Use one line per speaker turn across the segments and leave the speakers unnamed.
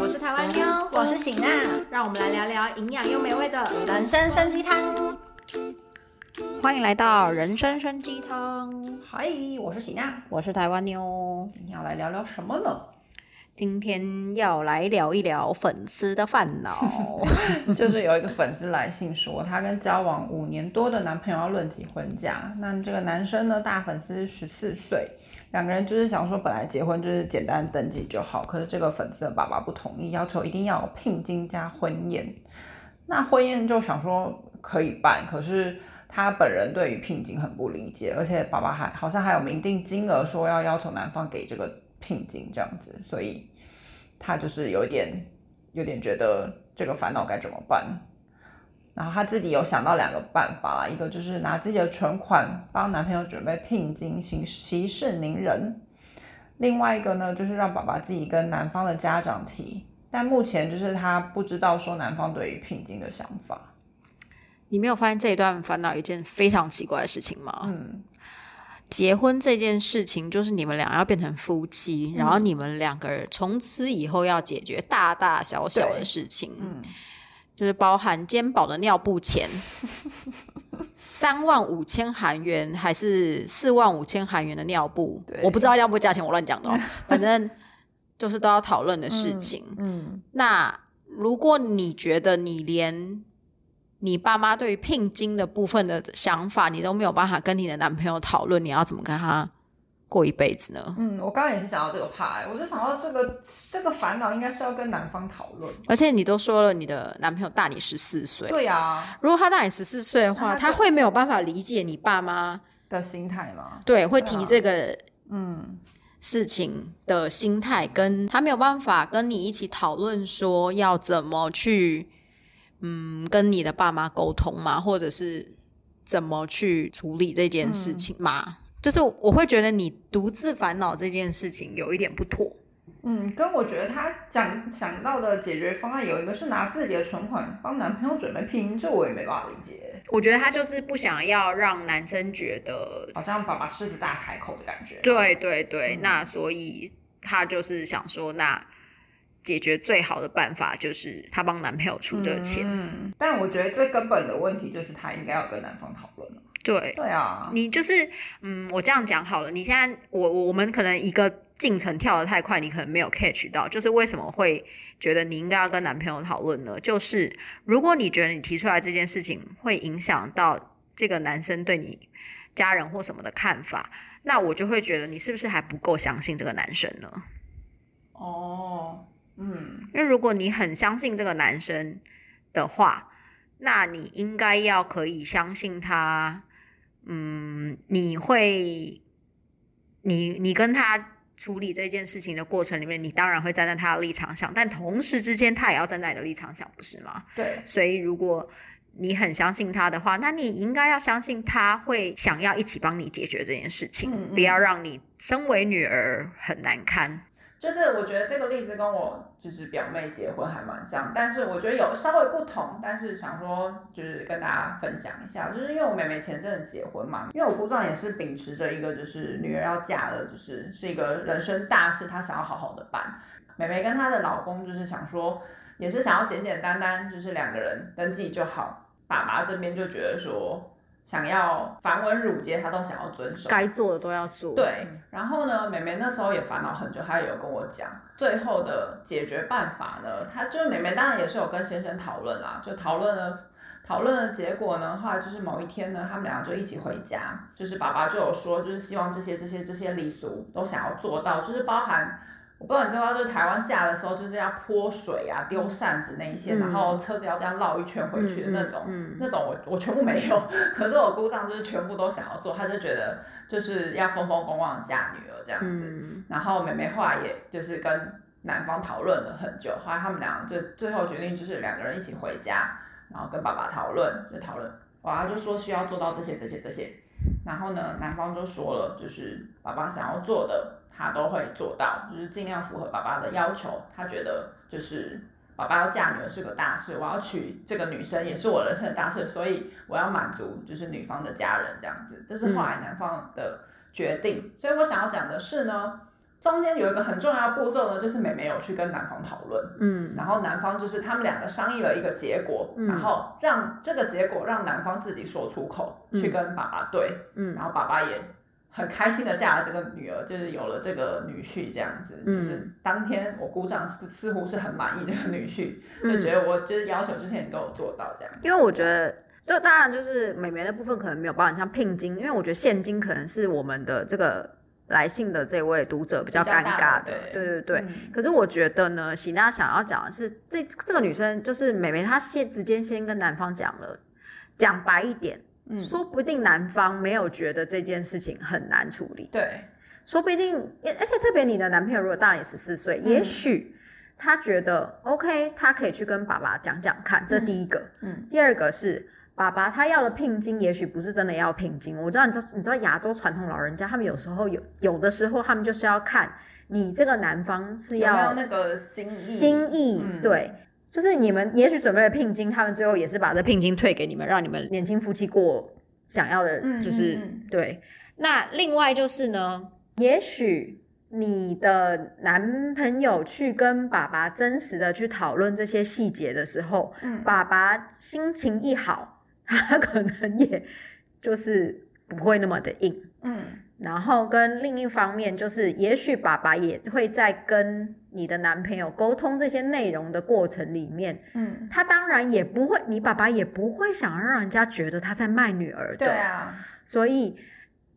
我是台湾妞，
我是喜娜，
让我们来聊聊营养又美味的。
人生生鸡汤。
欢迎来到人生生鸡汤，
嗨，我是喜娜，
我是台湾妞，
今天要来聊聊什么呢？
今天要来聊一聊粉丝的烦 恼。
哦 就是有一个粉丝来信说，她跟交往五年多的男朋友要论及婚嫁。那这个男生呢，大粉丝十四岁，两个人就是想说，本来结婚就是简单登记就好，可是这个粉丝的爸爸不同意，要求一定要有聘金加婚宴。那婚宴就想说可以办，可是他本人对于聘金很不理解，而且爸爸还好像还有明定金额说要要求男方给这个聘金这样子，所以他就是有一点有点觉得这个烦恼该怎么办。然后他自己有想到两个办法啦，一个就是拿自己的存款帮男朋友准备聘金，息息事宁人；另外一个呢，就是让爸爸自己跟男方的家长提，但目前就是他不知道说男方对于聘金的想法。
你没有发现这一段烦恼一件非常奇怪的事情吗？
嗯，
结婚这件事情，就是你们俩要变成夫妻，然后你们两个人从此以后要解决大大小小的
对
事情，
嗯
就是包含肩膀的尿布钱，三万五千韩元还是四万五千韩元的尿布
对，
我不知道尿布价钱，我乱讲 的、哦，反正就是都要讨论的事情。
嗯，
那如果你觉得你连你爸妈对于聘金的部分的想法，你都没有办法跟你的男朋友讨论，你要怎么跟他过一辈子呢？
嗯，我刚刚也是想到这个怕、我就想到这个这个烦恼应该是要跟男方讨论。
而且你都说了，你的男朋友大你十四岁，
对啊，
如果他大你十四岁的话，
那他
他会没有办法理解你爸妈
的心态嘛，
对会
对啊
提这个
嗯，
事情的心态，跟他没有办法跟你一起讨论说要怎么去，嗯，跟你的爸妈沟通嘛，或者是怎么去处理这件事情嘛。就是我会觉得你独自烦恼这件事情有一点不妥，
嗯，跟我觉得他讲想到的解决方案有一个是拿自己的存款帮男朋友准备拼，这我也没办法理解，
我觉得他就是不想要让男生觉得，
好像爸爸狮子大开口的感觉。
对对对，
嗯
那所以他就是想说，那解决最好的办法就是他帮男朋友出这个钱，
嗯，但我觉得最根本的问题就是他应该要跟男方讨论了
对，
对啊，
你就是，嗯，我这样讲好了。你现在，我我我们可能一个进程跳得太快，你可能没有 catch 到，就是为什么会觉得你应该要跟男朋友讨论呢？就是如果你觉得你提出来这件事情会影响到这个男生对你家人或什么的看法，那我就会觉得你是不是还不够相信这个男生呢？
哦，嗯，
因为如果你很相信这个男生的话，那你应该要可以相信他，嗯，你会，你你跟他处理这件事情的过程里面，你当然会站在他的立场想，但同时之间他也要站在你的立场想，不是吗？
对，
所以如果你很相信他的话，那你应该要相信他会想要一起帮你解决这件事情，
嗯嗯
不要让你身为女儿很难堪。
就是我觉得这个例子跟我就是表妹结婚还蛮像，但是我觉得有稍微不同，但是想说就是跟大家分享一下，就是因为我妹妹前阵子结婚嘛，因为我姑丈也是秉持着一个就是女儿要嫁了，就是是一个人生大事，她想要好好的办。妹妹跟她的老公就是想说，也是想要简简单单，就是两个人登记就好。爸爸这边就觉得说，想要繁文缛节，他都想要遵守，
该做的都要做。
对，然后呢，妹妹那时候也烦恼很久，她也有跟我讲最后的解决办法呢。她就是妹妹，当然也是有跟先生讨论啦，就讨论了，讨论的结果呢，后来就是某一天呢，他们俩就一起回家，就是爸爸就有说，就是希望这些这些这些礼俗都想要做到，就是包含。我不知道你知不知道，就是台湾嫁的时候就是要泼水啊、丢扇子那一些，
嗯
然后车子要这样绕一圈回去的那种。
嗯嗯嗯
那种我我全部没有，可是我姑丈就是全部都想要做，他就觉得就是要风风光光地嫁女儿这样子。
嗯，
然后妹妹后来也就是跟男方讨论了很久，后来他们俩就最后决定就是两个人一起回家，然后跟爸爸讨论，就讨论，哇，他就说需要做到这些这些这些。然后呢，男方就说了，就是爸爸想要做的，他都会做到，就是尽量符合爸爸的要求。他觉得就是爸爸要嫁女儿是个大事，我要娶这个女生也是我人生的大事，所以我要满足就是女方的家人这样子。这是后来男方的决定。所以我想要讲的是呢，中间有一个很重要的步骤呢，就是美美有去跟男方讨论，
嗯
然后男方就是他们两个商议了一个结果，
嗯
然后让这个结果让男方自己说出口，
嗯
去跟爸爸对，
嗯
然后爸爸也很开心的嫁了这个女儿，就是有了这个女婿这样子，
嗯
就是当天我姑丈似似乎是很满意这个女婿，就
嗯，
觉得我就是要求之前你都有做到这样，
因为我觉得。就当然就是美眉的部分可能没有包含像聘金，因为我觉得现金可能是我们的这个来信的这位读者比较
比较
尴
大
尬
的
的，
对
对对对。
嗯
可是我觉得呢，喜娜想要讲的是，这这个女生就是美美，她先直接先跟男方讲了，讲白一点，
嗯
说不定男方没有觉得这件事情很难处理，
对，
说不定，也而且特别你的男朋友如果大你十四岁，也
嗯
许他觉得 OK，他可以去跟爸爸讲讲看，这第一个。
嗯
第二个是爸爸他要的聘金，也许不是真的要聘金。我知道，你知道，你知道亚洲传统老人家，他们有时候有有的时候，他们就是要看你这个男方是
有没有
要
那个心意？
心意，
嗯
对。就是你们也许准备了聘金，他们最后也是把这聘金退给你们，让你们年轻夫妻过想要的，
嗯
就是、
嗯嗯
对。那另外就是呢，也许你的男朋友去跟爸爸真实的去讨论这些细节的时候，
嗯
爸爸心情一好，他可能也就是不会那么的硬。
嗯
然后跟另一方面就是，也许爸爸也会在跟你的男朋友沟通这些内容的过程里面，
嗯，
他当然也不会，你爸爸也不会想要让人家觉得他在卖女儿的。
对啊，
所以，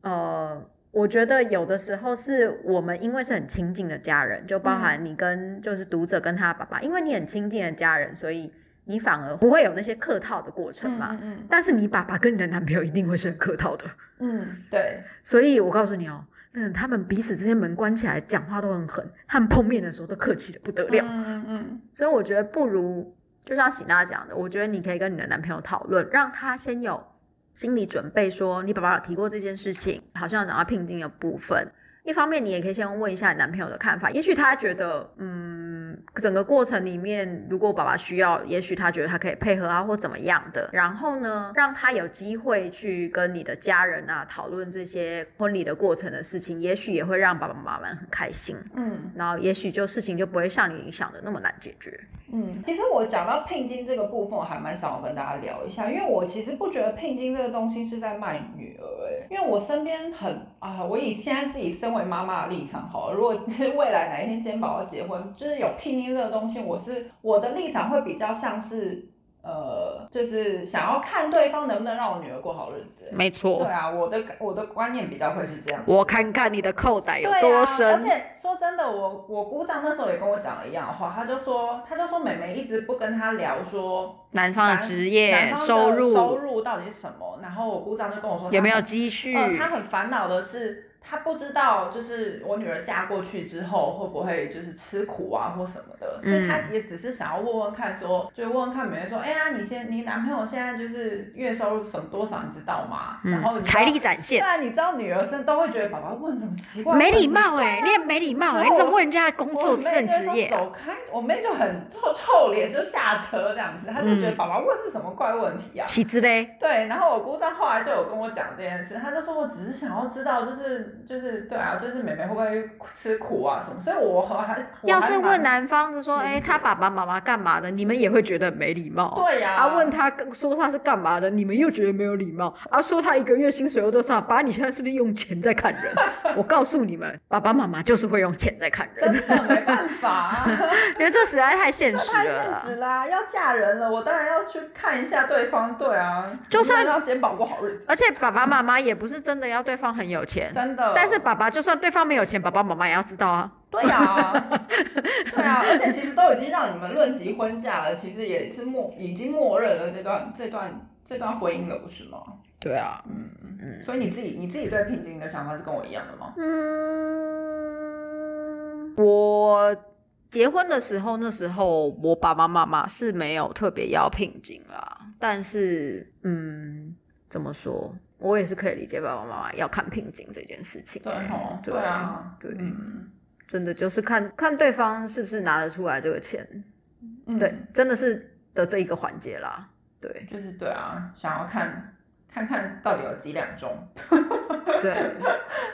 呃，我觉得有的时候是我们因为是很亲近的家人，就包
嗯
含你跟就是读者跟他爸爸，因为你很亲近的家人，所以你反而不会有那些客套的过程嘛。
嗯
但是你爸爸跟你的男朋友一定会是很客套的，
嗯嗯，对，
所以我告诉你哦。那他们彼此之间门关起来，讲话都很狠。他们碰面的时候都客气的不得了，
嗯嗯嗯
所以我觉得不如就像喜娜讲的，我觉得你可以跟你的男朋友讨论，让他先有心理准备说，你爸爸有提过这件事情，好像讲到聘金的部分。一方面，你也可以先问一下你男朋友的看法，也许他觉得，嗯，整个过程里面，如果爸爸需要，也许他觉得他可以配合啊，或怎么样的。然后呢，让他有机会去跟你的家人啊讨论这些婚礼的过程的事情，也许也会让爸爸妈妈们很开心。
嗯
然后，也许就事情就不会像你想的那么难解决。
嗯。其实我讲到聘金这个部分，我还蛮想要跟大家聊一下，因为我其实不觉得聘金这个东西是在卖女儿、欸，因为我身边很啊、我以现在自己身为妈妈的立场好了，如果就是未来哪一天肩宝要结婚，就是有聘金这个东西，我是我的立场会比较像是。呃，就是想要看对方能不能让我女儿过好日子、欸
没错
对，啊，我的我的观念比较会是这样。
我看看你的扣带有
对
多
啊、而
深。
且说真的，我我姑丈那时候也跟我讲了一样的话，他就说他就说妹妹一直不跟他聊说
男方的职业
男、方的
收入
收入到底是什么，然后我姑丈就跟我说
有没有
他很
积蓄，
呃，他很烦恼的是。他不知道，就是我女儿嫁过去之后会不会就是吃苦啊或什么的，所以
嗯
他也只是想要问问看说，就问问看美妹说，哎呀，你现你男朋友现在就是月收入什么多少，你知道吗？然后
嗯，
你
财
知道
力展
对
现，
啊，你知道女儿生都会觉得爸爸问什么奇怪的问
没
题，
礼貌哎，你也没礼貌哎，
然后
你怎么
我
问人家的工
啊我
作
妹
正
就
职
说
业啊？
走开！我妹就很臭臭脸就下车这样子，她就觉得
嗯
爸爸问是什么怪问题啊？
喜之嘞，
对，然后我姑丈后来就有跟我讲这件事，他就说我只是想要知道，就是就是对啊，就是妹妹会不会吃苦啊什么，所以我和还我
要
还
是
蛮
问男方就说，
理
哎，
解
他爸爸妈妈干嘛的，你们也会觉得没礼貌。
对呀、
啊，问他说他是干嘛的，你们又觉得没有礼貌。啊，说他一个月薪水有多少，爸，你现在是不是用钱在看人？我告诉你们，爸爸妈妈就是会用钱在看
真
人，
的没办法、 啊。
因为这实在太现
这
实
太
了啊
现
啦。
实啦！要嫁人了，我当然要去看一下对方。对啊，
就算
没有要肩膀过好日子，
而且爸爸妈妈也不是真的要对方很有钱，
真的。
但是爸爸就算对方没有钱，爸爸妈妈也要知道啊。
对呀、 对啊，而且其实都已经让你们论及婚嫁了，其实也是默已经默认了这段这段这段婚姻了，不是吗？
对啊，
所以你自己你自己对聘金的想法是跟我一样的吗？
嗯，我结婚的时候，那时候我爸爸妈妈是没有特别要聘金啦，但是嗯，怎么说，我也是可以理解爸爸妈妈要看聘金这件事情。
哦，
对
对啊，
对
嗯
真的就是看看对方是不是拿得出来这个钱，
嗯，
对，真的是的这一个环节啦。对
就是对啊，想要看看看到底有几两重，
对，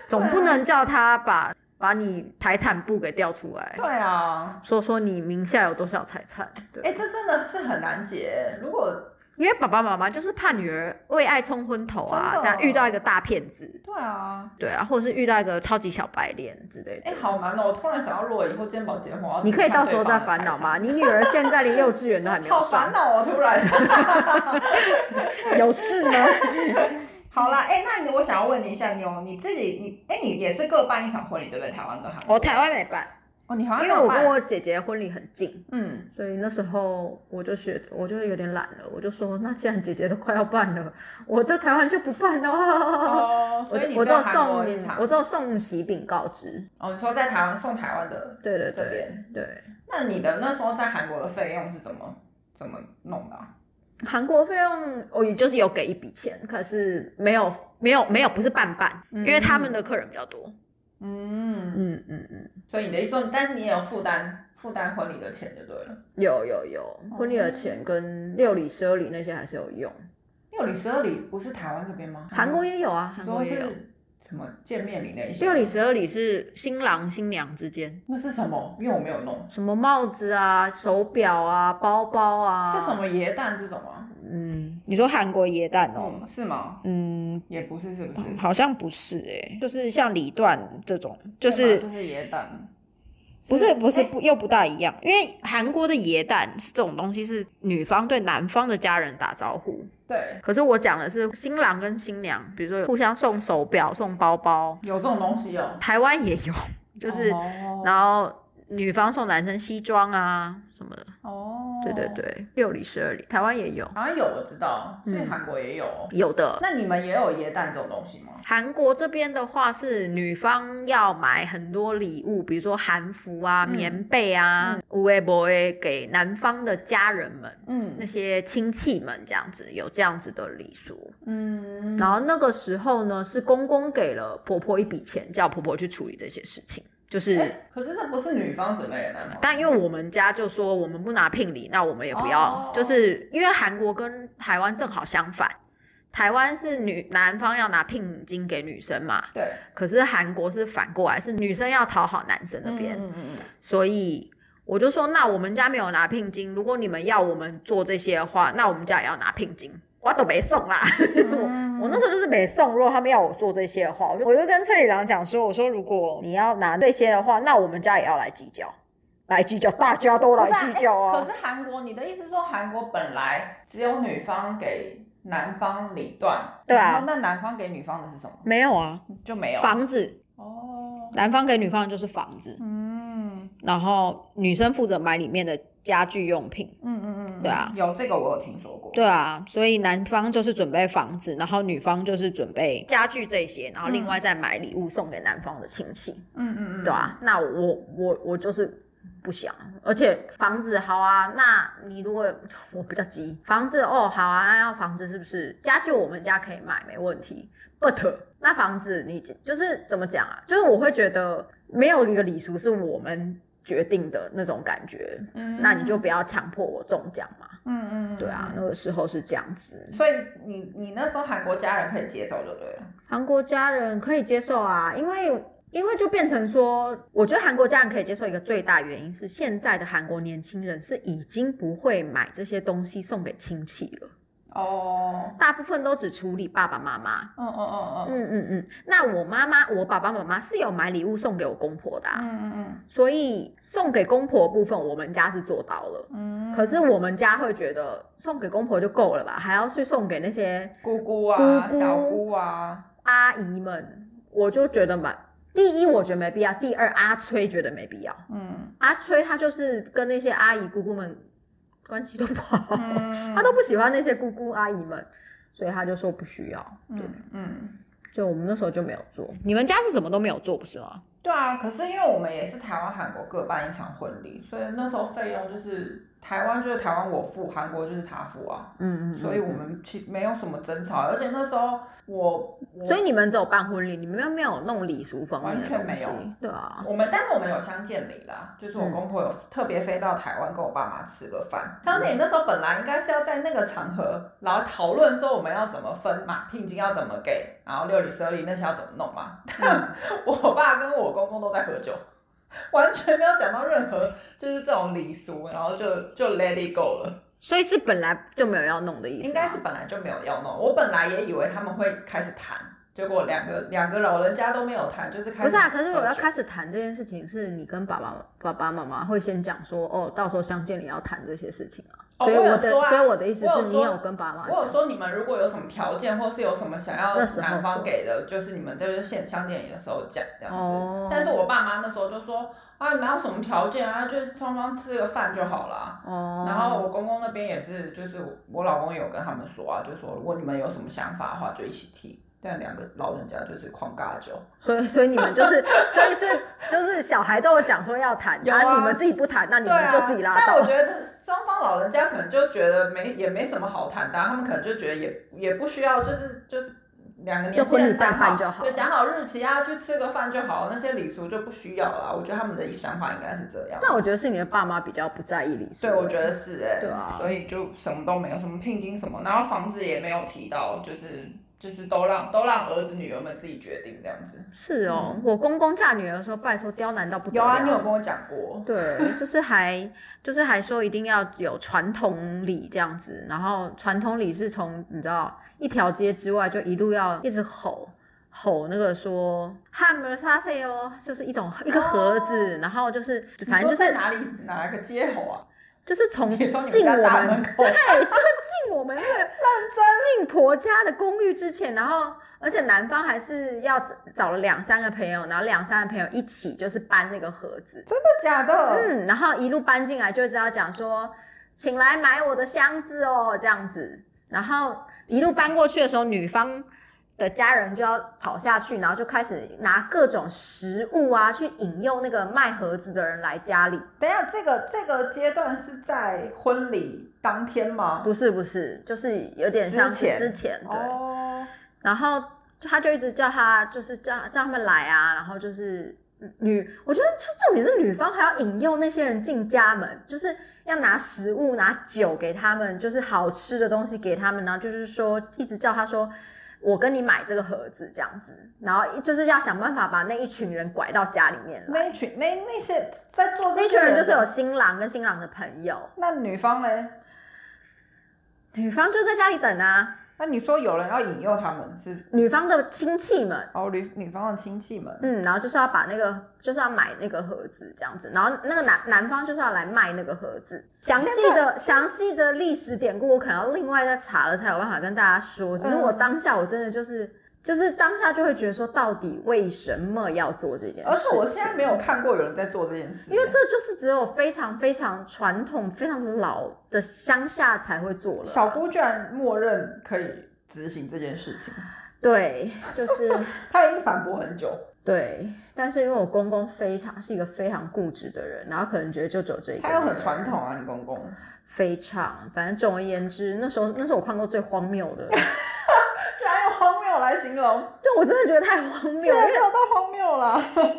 总不能叫他把把你财产部给调出来，
对啊，
说说你名下有多少财产。对，
哎、这真的是很难解。如果
因为爸爸妈妈就是怕女儿为爱冲昏头啊，
真的哦
但遇到一个大骗子，
对啊，
对啊，或者是遇到一个超级小白脸之类的。
哎、好难哦！我突然想到，如果以后肩膀结婚，我要
你可以
怎么
到
看
时候
对
再
方的
烦恼
财
吗？你女儿现在连幼稚园都还没
产？
有
好烦
上，
恼哦！突然，
有事吗？
好啦，哎、那你我想要问你一下，你有你自己，你哎、你也是各办一场婚礼对不对？台湾跟韩国？
我台湾没办，
哦，你好像
因为
没有
我跟
办，
我姐姐婚礼很近，
嗯，
所以那时候我就学，我就有点懒了，我就说，那既然姐姐都快要办了，我在台湾就不办了。
哦，
我
所以
就
你
我只
在
有
韩国一
送
场，
我只有送喜饼告知，
哦，你说在台湾送台湾的，
对对
这
对
边
对。
那你的那时候在韩国的费用是怎么怎么弄的啊、
韩国费用哦我也就是有给一笔钱，可是没有没有没有不是半半，
嗯
因为他们的客人比较多。
嗯，
嗯嗯嗯，
所以你的意思说，但是你也有负担负担婚礼的钱就对了。
有有有，婚礼的钱跟六礼十二礼那些还是有用，
六礼十二礼不是台湾这边吗？
韩国也有啊，韩
说
国也有。
是什么见面礼那一些？
六礼十二礼是新郎新娘之间，
那是什么？因为我没有弄。
什么帽子啊、手表啊、包包啊，
是什？么椰蛋这种吗？
嗯，你说韩国耶诞哦？
嗯，是吗？
嗯，
也不是，是不是？
好像不是诶、就是像礼段这种，就
对
是
吧就是椰蛋，
不是不是
哎
不又不大一样，因为韩国的耶诞是这种东西是女方对男方的家人打招呼，
对，
可是我讲的是新郎跟新娘，比如说有互相送手表、送包包，
有这种东西哦。
台湾也有， 就是、
哦
然后女方送男生西装啊什么的，
哦，
对对，对，六里十二里，台湾也有，
好像有我知道，所以
嗯
韩国也有哦。
有的。
那你们也有椰蛋这种东西吗？
韩国这边的话是女方要买很多礼物，比如说韩服啊、
嗯
棉被啊、无为不为给男方的家人们。那
嗯
些亲戚们这样子有这样子的礼俗，
嗯，
然后那个时候呢，是公公给了婆婆一笔钱，叫婆婆去处理这些事情。就是，
哎可是这不是女方准备的蛋吗？
但因为我们家就说我们不拿聘礼，那我们也不要，
哦
就是因为韩国跟台湾正好相反，台湾是女男方要拿聘金给女生嘛，
对，
可是韩国是反过来，是女生要讨好男生那边，
嗯嗯嗯
所以我就说，那我们家没有拿聘金，如果你们要我们做这些的话，那我们家也要拿聘金，我都没送啦。
嗯
我那时候就是没送，如果他们要我做这些的话，我就我就跟翠里郎讲说，我说如果你要拿这些的话，那我们家也要来计较，来计较，大家都来
不是啊
计较
可
啊。
是韩国，你的意思是说韩国本来只有女方给男方理断，
对啊
然后那男方给女方的是什么？
没有啊，
就没有
房子，
哦，
男方给女方的就是房子，
嗯
然后女生负责买里面的家具用品。
嗯嗯嗯，
对啊
有这个我有听说过，
对啊，所以男方就是准备房子，然后女方就是准备嗯家具这些，然后另外再买礼物送给男方的亲戚，
嗯嗯嗯，
对，啊，那我我我就是不想，而且房子好啊，那你如果 我比较急，房子哦好啊，那要房子是不是？家具我们家可以买，没问题。But 那房子你就是怎么讲啊？就是我会觉得没有一个礼俗是我们决定的那种感觉，
嗯
那你就不要强迫我中奖嘛。
嗯嗯，嗯
对啊，。那个时候是这样子。
所以你你那时候韩国家人可以接受就对了，
韩国家人可以接受啊，因为因为就变成说，我觉得韩国家人可以接受一个最大原因是，现在的韩国年轻人是已经不会买这些东西送给亲戚了，
哦，
大部分都只处理爸爸妈妈。
嗯嗯嗯
嗯
嗯
嗯嗯，那我妈妈，我爸爸妈妈是有买礼物送给我公婆的、啊，
嗯嗯
所以送给公婆的部分我们家是做到了。
嗯，
可是我们家会觉得送给公婆就够了吧，还要去送给那些
姑姑啊，
姑姑
小姑啊，
阿姨们，我就觉得蛮。第一，我觉得没必要；第二，阿崔觉得没必要。
嗯
阿崔他就是跟那些阿姨姑姑们关系都不好，
嗯，
哦他都不喜欢那些姑姑阿姨们，所以他就说不需要。对，
嗯嗯。
所以我们那时候就没有做。你们家是什么都没有做，不是吗？
对啊，可是因为我们也是台湾、韩国各办一场婚礼，所以那时候费用就是台湾就是台湾我付，韩国就是他付啊，
嗯嗯，
所以我们其没有什么争吵，而且那时候我我
所以你们只有办婚礼，你们又没有弄礼俗方面的东西，
完全没有
对啊，嗯
我们，但是我们有相见礼啦，就是我公婆有特别飞到台湾跟我爸妈吃个饭。相见礼那时候本来应该是要在那个场合，然后讨论说我们要怎么分嘛，聘金要怎么给，然后六礼十二礼那些要怎么弄嘛。
嗯
但 我爸跟我公公都在喝酒，完全没有讲到任何就是这种礼俗，然后就就 let it go 了。
所以是本来就没有要弄的意思吗，
应该是本来就没有要弄，我本来也以为他们会开始谈，结果两个两个老人家都没有谈，就是开始
不是啊，可是我
喝
要
酒
开始谈这件事情，是你跟爸爸爸爸妈妈会先讲说，哦，到时候相见你要谈这些事情啊。
哦
所以
我有
的，
说啊
所以我的意思
我
是
有
你
说
有跟爸妈
我有
讲，
说你们如果有什么条件，或是有什么想要
啊那时候
男方
说
给的，就是你们就是现相见礼的时候讲这样子。
哦
但是我爸妈那时候就说啊，你们要什么条件啊，就是双方吃个饭就好啦。
哦，
然后我公公那边也是，就是我老公也有跟他们说啊，就说如果你们有什么想法的话，就一起提。但两个老人家就是狂尬酒，
所以所以你们就是所以是就是小孩都有讲说要谈，
有啊
然后你们自己不谈，那你
对
们
啊，
就自己拉
但
倒
我。觉得这双方老人家可能就觉得没也没什么好谈的啊、他们可能就觉得也也不需要，就是就是两个
就
年轻
婚礼
人讲
办办
好，
就好
对，讲好日期啊，去吃个饭就好，那些礼俗就不需要了。我觉得他们的想法应该是这样。
那我觉得是你的爸妈比较不在意礼俗，
对，我觉得是哎、
对啊
所以就什么都没有，什么聘金什么，然后房子也没有提到，就是就是都让都让儿子女儿们自己决定这样子。
是哦。我公公嫁女儿的时候，拜托刁难到不得
嗯有
了。
啊，你有跟我讲过，
对，就是还就是还说一定要有传统礼这样子，然后传统礼是从你知道一条街之外就一路要一直吼吼那个说汉姆沙塞哦，就是一种一个盒子，然后就是反正就
哦你说在
是
哪里哪个街口啊？
就是从
你说你
进
家
我
大
们
门口
对，就是进我们 那个进婆家的公寓之前，然后而且男方还是要找找了两三个朋友，然后两三个朋友一起就是搬那个盒子，
真的假的？
嗯，然后一路搬进来就知道讲说，请来买我的箱子哦，这样子。然后一路搬过去的时候，女方的家人就要跑下去，然后就开始拿各种食物啊，去引诱那个卖盒子的人来家里。
等一下，这个这个阶段是在婚礼当天吗？
不是不是，就是有点像是
之前
之前对。
哦，
然后就他就一直叫他，就是叫叫他们来啊，然后就是女，我觉得就重点是女方还要引诱那些人进家门，就是要拿食物、拿酒给他们，就是好吃的东西给他们，然后就是说一直叫他说。我跟你买这个盒子这样子，然后就是要想办法把那一群人拐到家里面来。
那一群那那些在做
那
这
一群人
的
就是有新郎跟新郎的朋友，
那女方嘞？
女方就在家里等啊，
那你说有人要引诱他们是？
女方的亲戚们
哦，女女方的亲戚们，
嗯，然后就是要把那个，就是要买那个盒子这样子，然后那个男男方就是要来卖那个盒子。详细的详细的历史典故，我可能要另外再查了才有办法跟大家说。只是
嗯
我当下我真的就是就是当下就会觉得说，到底为什么要做这件
而
事情？
且我现在没有看过有人在做这件事，
因为这就是只有非常非常传统、非常老的乡下才会做了啊。
小姑居然默认可以执行这件事情，
对，就是。
她一定反驳很久，
对，但是因为我公公非常是一个非常固执的人，然后可能觉得就只有这一个
她
人，
又很传统啊，你公公，
非常，反正总而言之，那时候那是我看过最荒谬的，
居然用荒谬来形容，
就我真的觉得太荒
这
谬
也
了，
没有到荒谬啦。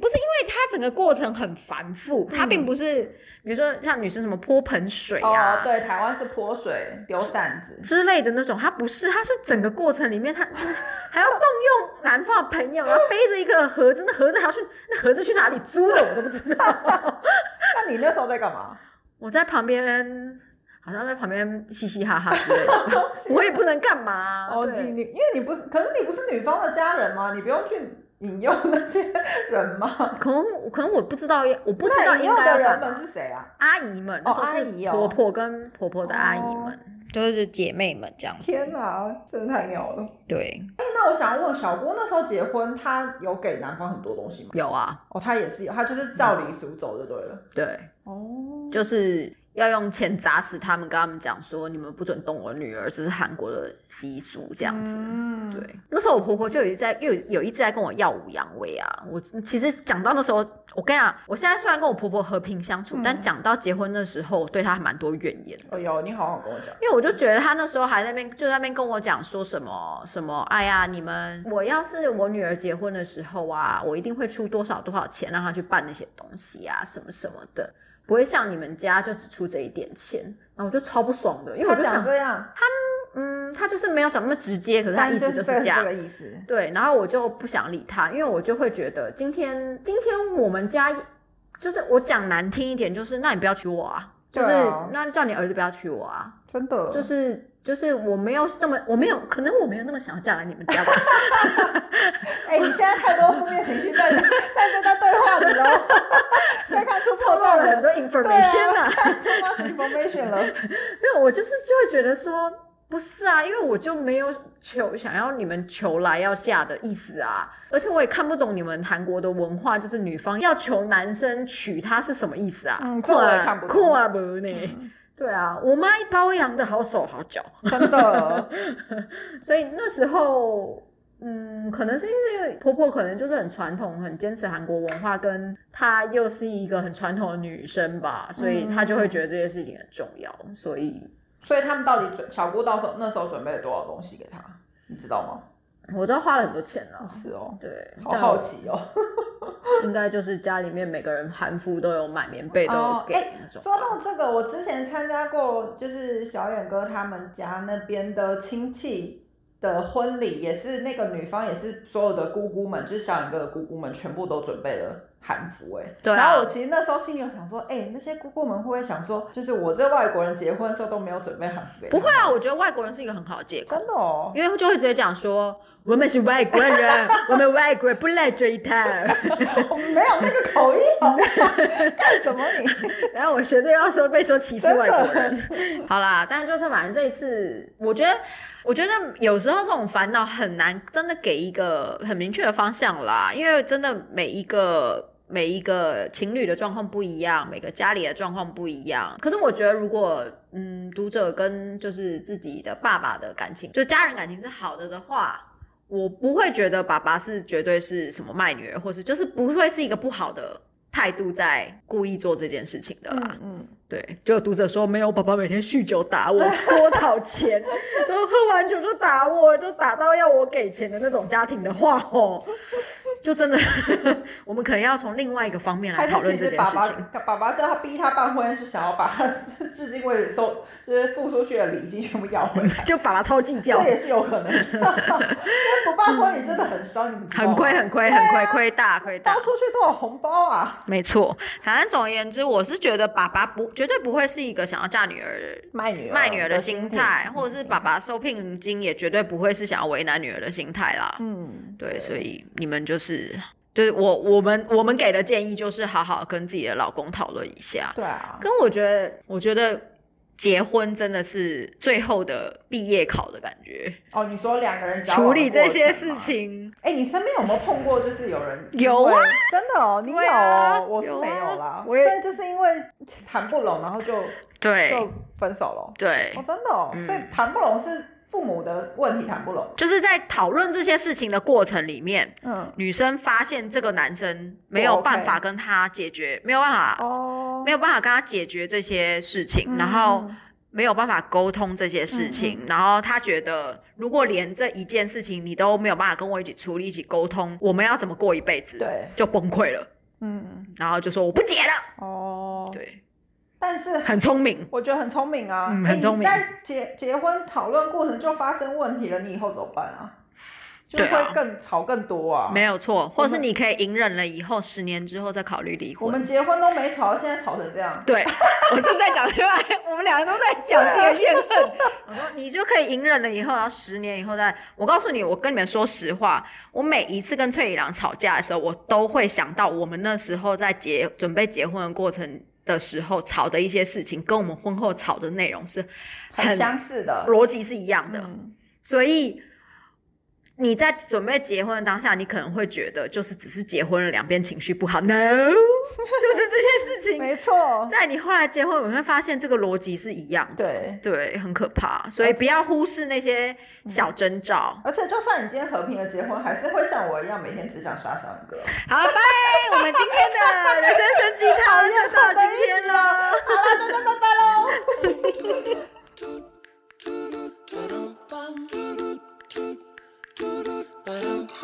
不是因为它整个过程很繁复，它并不是比如说像女生什么泼盆水
哦
啊，。
对，台湾是泼水、丢扇子，
之类的那种，它不是，它是整个过程里面，它 还要动用男方的朋友，然后背着一个盒子，那盒子还要去，那盒子去哪里租的我都不知 道。
那你那时候在干嘛？
我在旁边，好像在旁边嘻嘻哈哈之类的， 我也不能干嘛啊、
哦，
对
你你，因为你不是，可是你不是女方的家人吗？你不用去引诱那些人 吗？
可能可能我不知道，我不知道
那引
应
诱
该要
的
干
人
嘛。
们是谁啊？
阿姨们，那
哦
时候
阿
是
姨哦
婆婆跟婆婆的阿姨们，就是姐妹们这样子。
天哪，真的太妙了！
对，
哎、那我想问，小郭那时候结婚，她有给男方很多东西吗？
有啊，
哦，她也是有，她就是照礼俗走就对了。
对，
哦，
就是要用钱砸死他们，跟他们讲说你们不准动我女儿，这是韩国的习俗这样子。
嗯，
对，那时候我婆婆就有一直在又有有一直在跟我耀武扬威啊。我其实讲到那时候，我跟你讲，我现在虽然跟我婆婆和平相处，但讲到结婚的时候，我对她还蛮多怨言。
哎呦，你好好跟我讲，
因为我就觉得她那时候还在那边，就在那边跟我讲说什么什么，哎呀，你们我要是我女儿结婚的时候啊，我一定会出多少多少钱让她去办那些东西啊，什么什么的，不会像你们家就只出这一点钱。然后我就超不爽的，因为我
他
就想
讲，这样，
嗯，她就是没有讲那么直接，可是她
但
意思
就
就是
这
这样
这。个意思。
对，然后我就不想理他，因为我就会觉得今天今天我们家就是我讲难听一点，就是那你不要娶我啊，就是、
对啊
那叫你儿子不要娶我啊，
真的，
就是就是我没有那么我没有可能我没有那么想要嫁来你们家吧，
哎、你现在太多负面情绪在在这段对话里喽，可以看出破
透露
绽
了很
了，
多 information
对
啊
啊，看出 information 了，
没有我就是就会觉得说不是啊，因为我就没有求想要你们求来要嫁的意思啊，而且我也看不懂你们韩国的文化，就是女方要求男生娶她是什么意思啊？
嗯这我也
啊
看不懂嗯
酷啊不呢？对啊，我妈包养的好手好脚，
真的，
所以那时候，嗯，可能是因为婆婆可能就是很传统，很坚持韩国文化，跟她又是一个很传统的女生吧，所以她就会觉得这些事情很重要，所以
所以他们到底准小姑到时候那时候准备了多少东西给他，你知道吗？
我都花了很多钱了。
是哦，
对，
好
但
好奇哦。
应该就是家里面每个人韩服都有买棉被，都有给
哎
那种吧。
说到这个，我之前参加过，就是小远哥他们家那边的亲戚的婚礼，也是那个女方也是所有的姑姑们，就是小远哥的姑姑们全部都准备了韩服、哎，
对啊
然后我其实那时候心里有想说，哎、那些姑姑们会不会想说，就是我这外国人结婚的时候都没有准备韩服给他
不
们？
会啊，我觉得外国人是一个很好的借口，
真的哦，
因为就会直接讲说我们是外国人，我们外国人不来这一套。
我哦没有那个口音，好不好 干什么 你？嗯
然后我学这要说被说歧视外国人。 好啦，但就是反正这一次，我觉得，我觉得有时候这种烦恼很难真的给一个很明确的方向啦，因为真的每一个。每一个情侣的状况不一样，每个家里的状况不一样。可是我觉得，如果嗯，读者跟就是自己的爸爸的感情，就家人感情是好的的话，我不会觉得爸爸是绝对是什么卖女儿，或是就是不会是一个不好的态度在故意做这件事情的啦。
嗯，
对，就有读者说没有，爸爸每天酗酒打我， 多讨钱，都喝完酒就打我，就打到要我给钱的那种家庭的话哦，就真的， 我们可能要从另外一个方面来
还是
讨论这
其实
件
爸
事
爸
情。
爸爸叫他逼他办婚，是想要把他至今为止收就是付出去的礼金全部要回来，
就爸爸超 计较
这，也是有可能的。不办婚礼真的很伤，你们知道吗
很亏很亏
啊
很亏，亏大亏大
包。出去多少红包啊？
没错，反正总而言之，我是觉得爸爸不绝对不会是一个想要嫁女儿
卖女
卖女儿的心
心嗯
态，或者是爸爸收聘金也绝对不会是想要为难女儿的心态啦。
嗯，
对，所以你们就是就是我我们我们给的建议就是好好跟自己的老公讨论一下。
对啊，
跟我觉得，我觉得结婚真的是最后的毕业考的感觉，
哦，你说两个人交往
处理
的
这
过
些
程
事
吗。
情。
哎，你身边有没有碰过就是有人
有啊
因为？真的哦，你有
对啊
哦，我是
有啊
没有啦。
我也
所以就是因为谈不拢，然后就
对
就分手了。
对
哦，，真的哦，
嗯
所以谈不拢是父母的问题，谈不拢。
就是在讨论这些事情的过程里面，
嗯，
女生发现这个男生没
不
有
OK
办法跟她解决，没有办法
哦，嗯
没有办法跟他解决这些事情，然后没有办法沟通这些事情，然后他觉得如果连这一件事情你都没有办法跟我一起处理、一起沟通，我们要怎么过一辈子？，
对，
就崩溃了，
嗯，
然后就说我不结了。
哦，
对，
但是
很聪明。
我觉得很聪明啊，
嗯
哎
很聪明
你在结结婚讨论过程就发生问题了，你以后怎么办啊？就
对啊
会更吵更多啊。
没有错，或者是
我们
你可以隐忍了，以后十年之后再考虑离
我们
婚。
结婚都没吵，现在吵成 这样。
对，我就在讲这个，我们两个都在讲这
啊
个怨恨。我说你就可以隐忍了，以后然后十年以后再。我告诉你，我跟你们说实话，我每一次跟翠里郎吵架的时候，我都会想到我们那时候在结准备结婚的过程的时候吵的一些事情，跟我们婚后吵的内容是
很相似的，
逻辑是一样的，
嗯
所以你在准备结婚的当下，你可能会觉得就是只是结婚了，两边情绪不好。No，就是这件事情，
没错，
在你后来结婚，你会发现这个逻辑是一样的。
对。
对，很可怕，所以不要忽视那些小征兆。
而且，就算你今天和平的结婚，还是会像我一样每天只想杀小哥。 啊
好，拜！我们今天的人生升级套就到今天。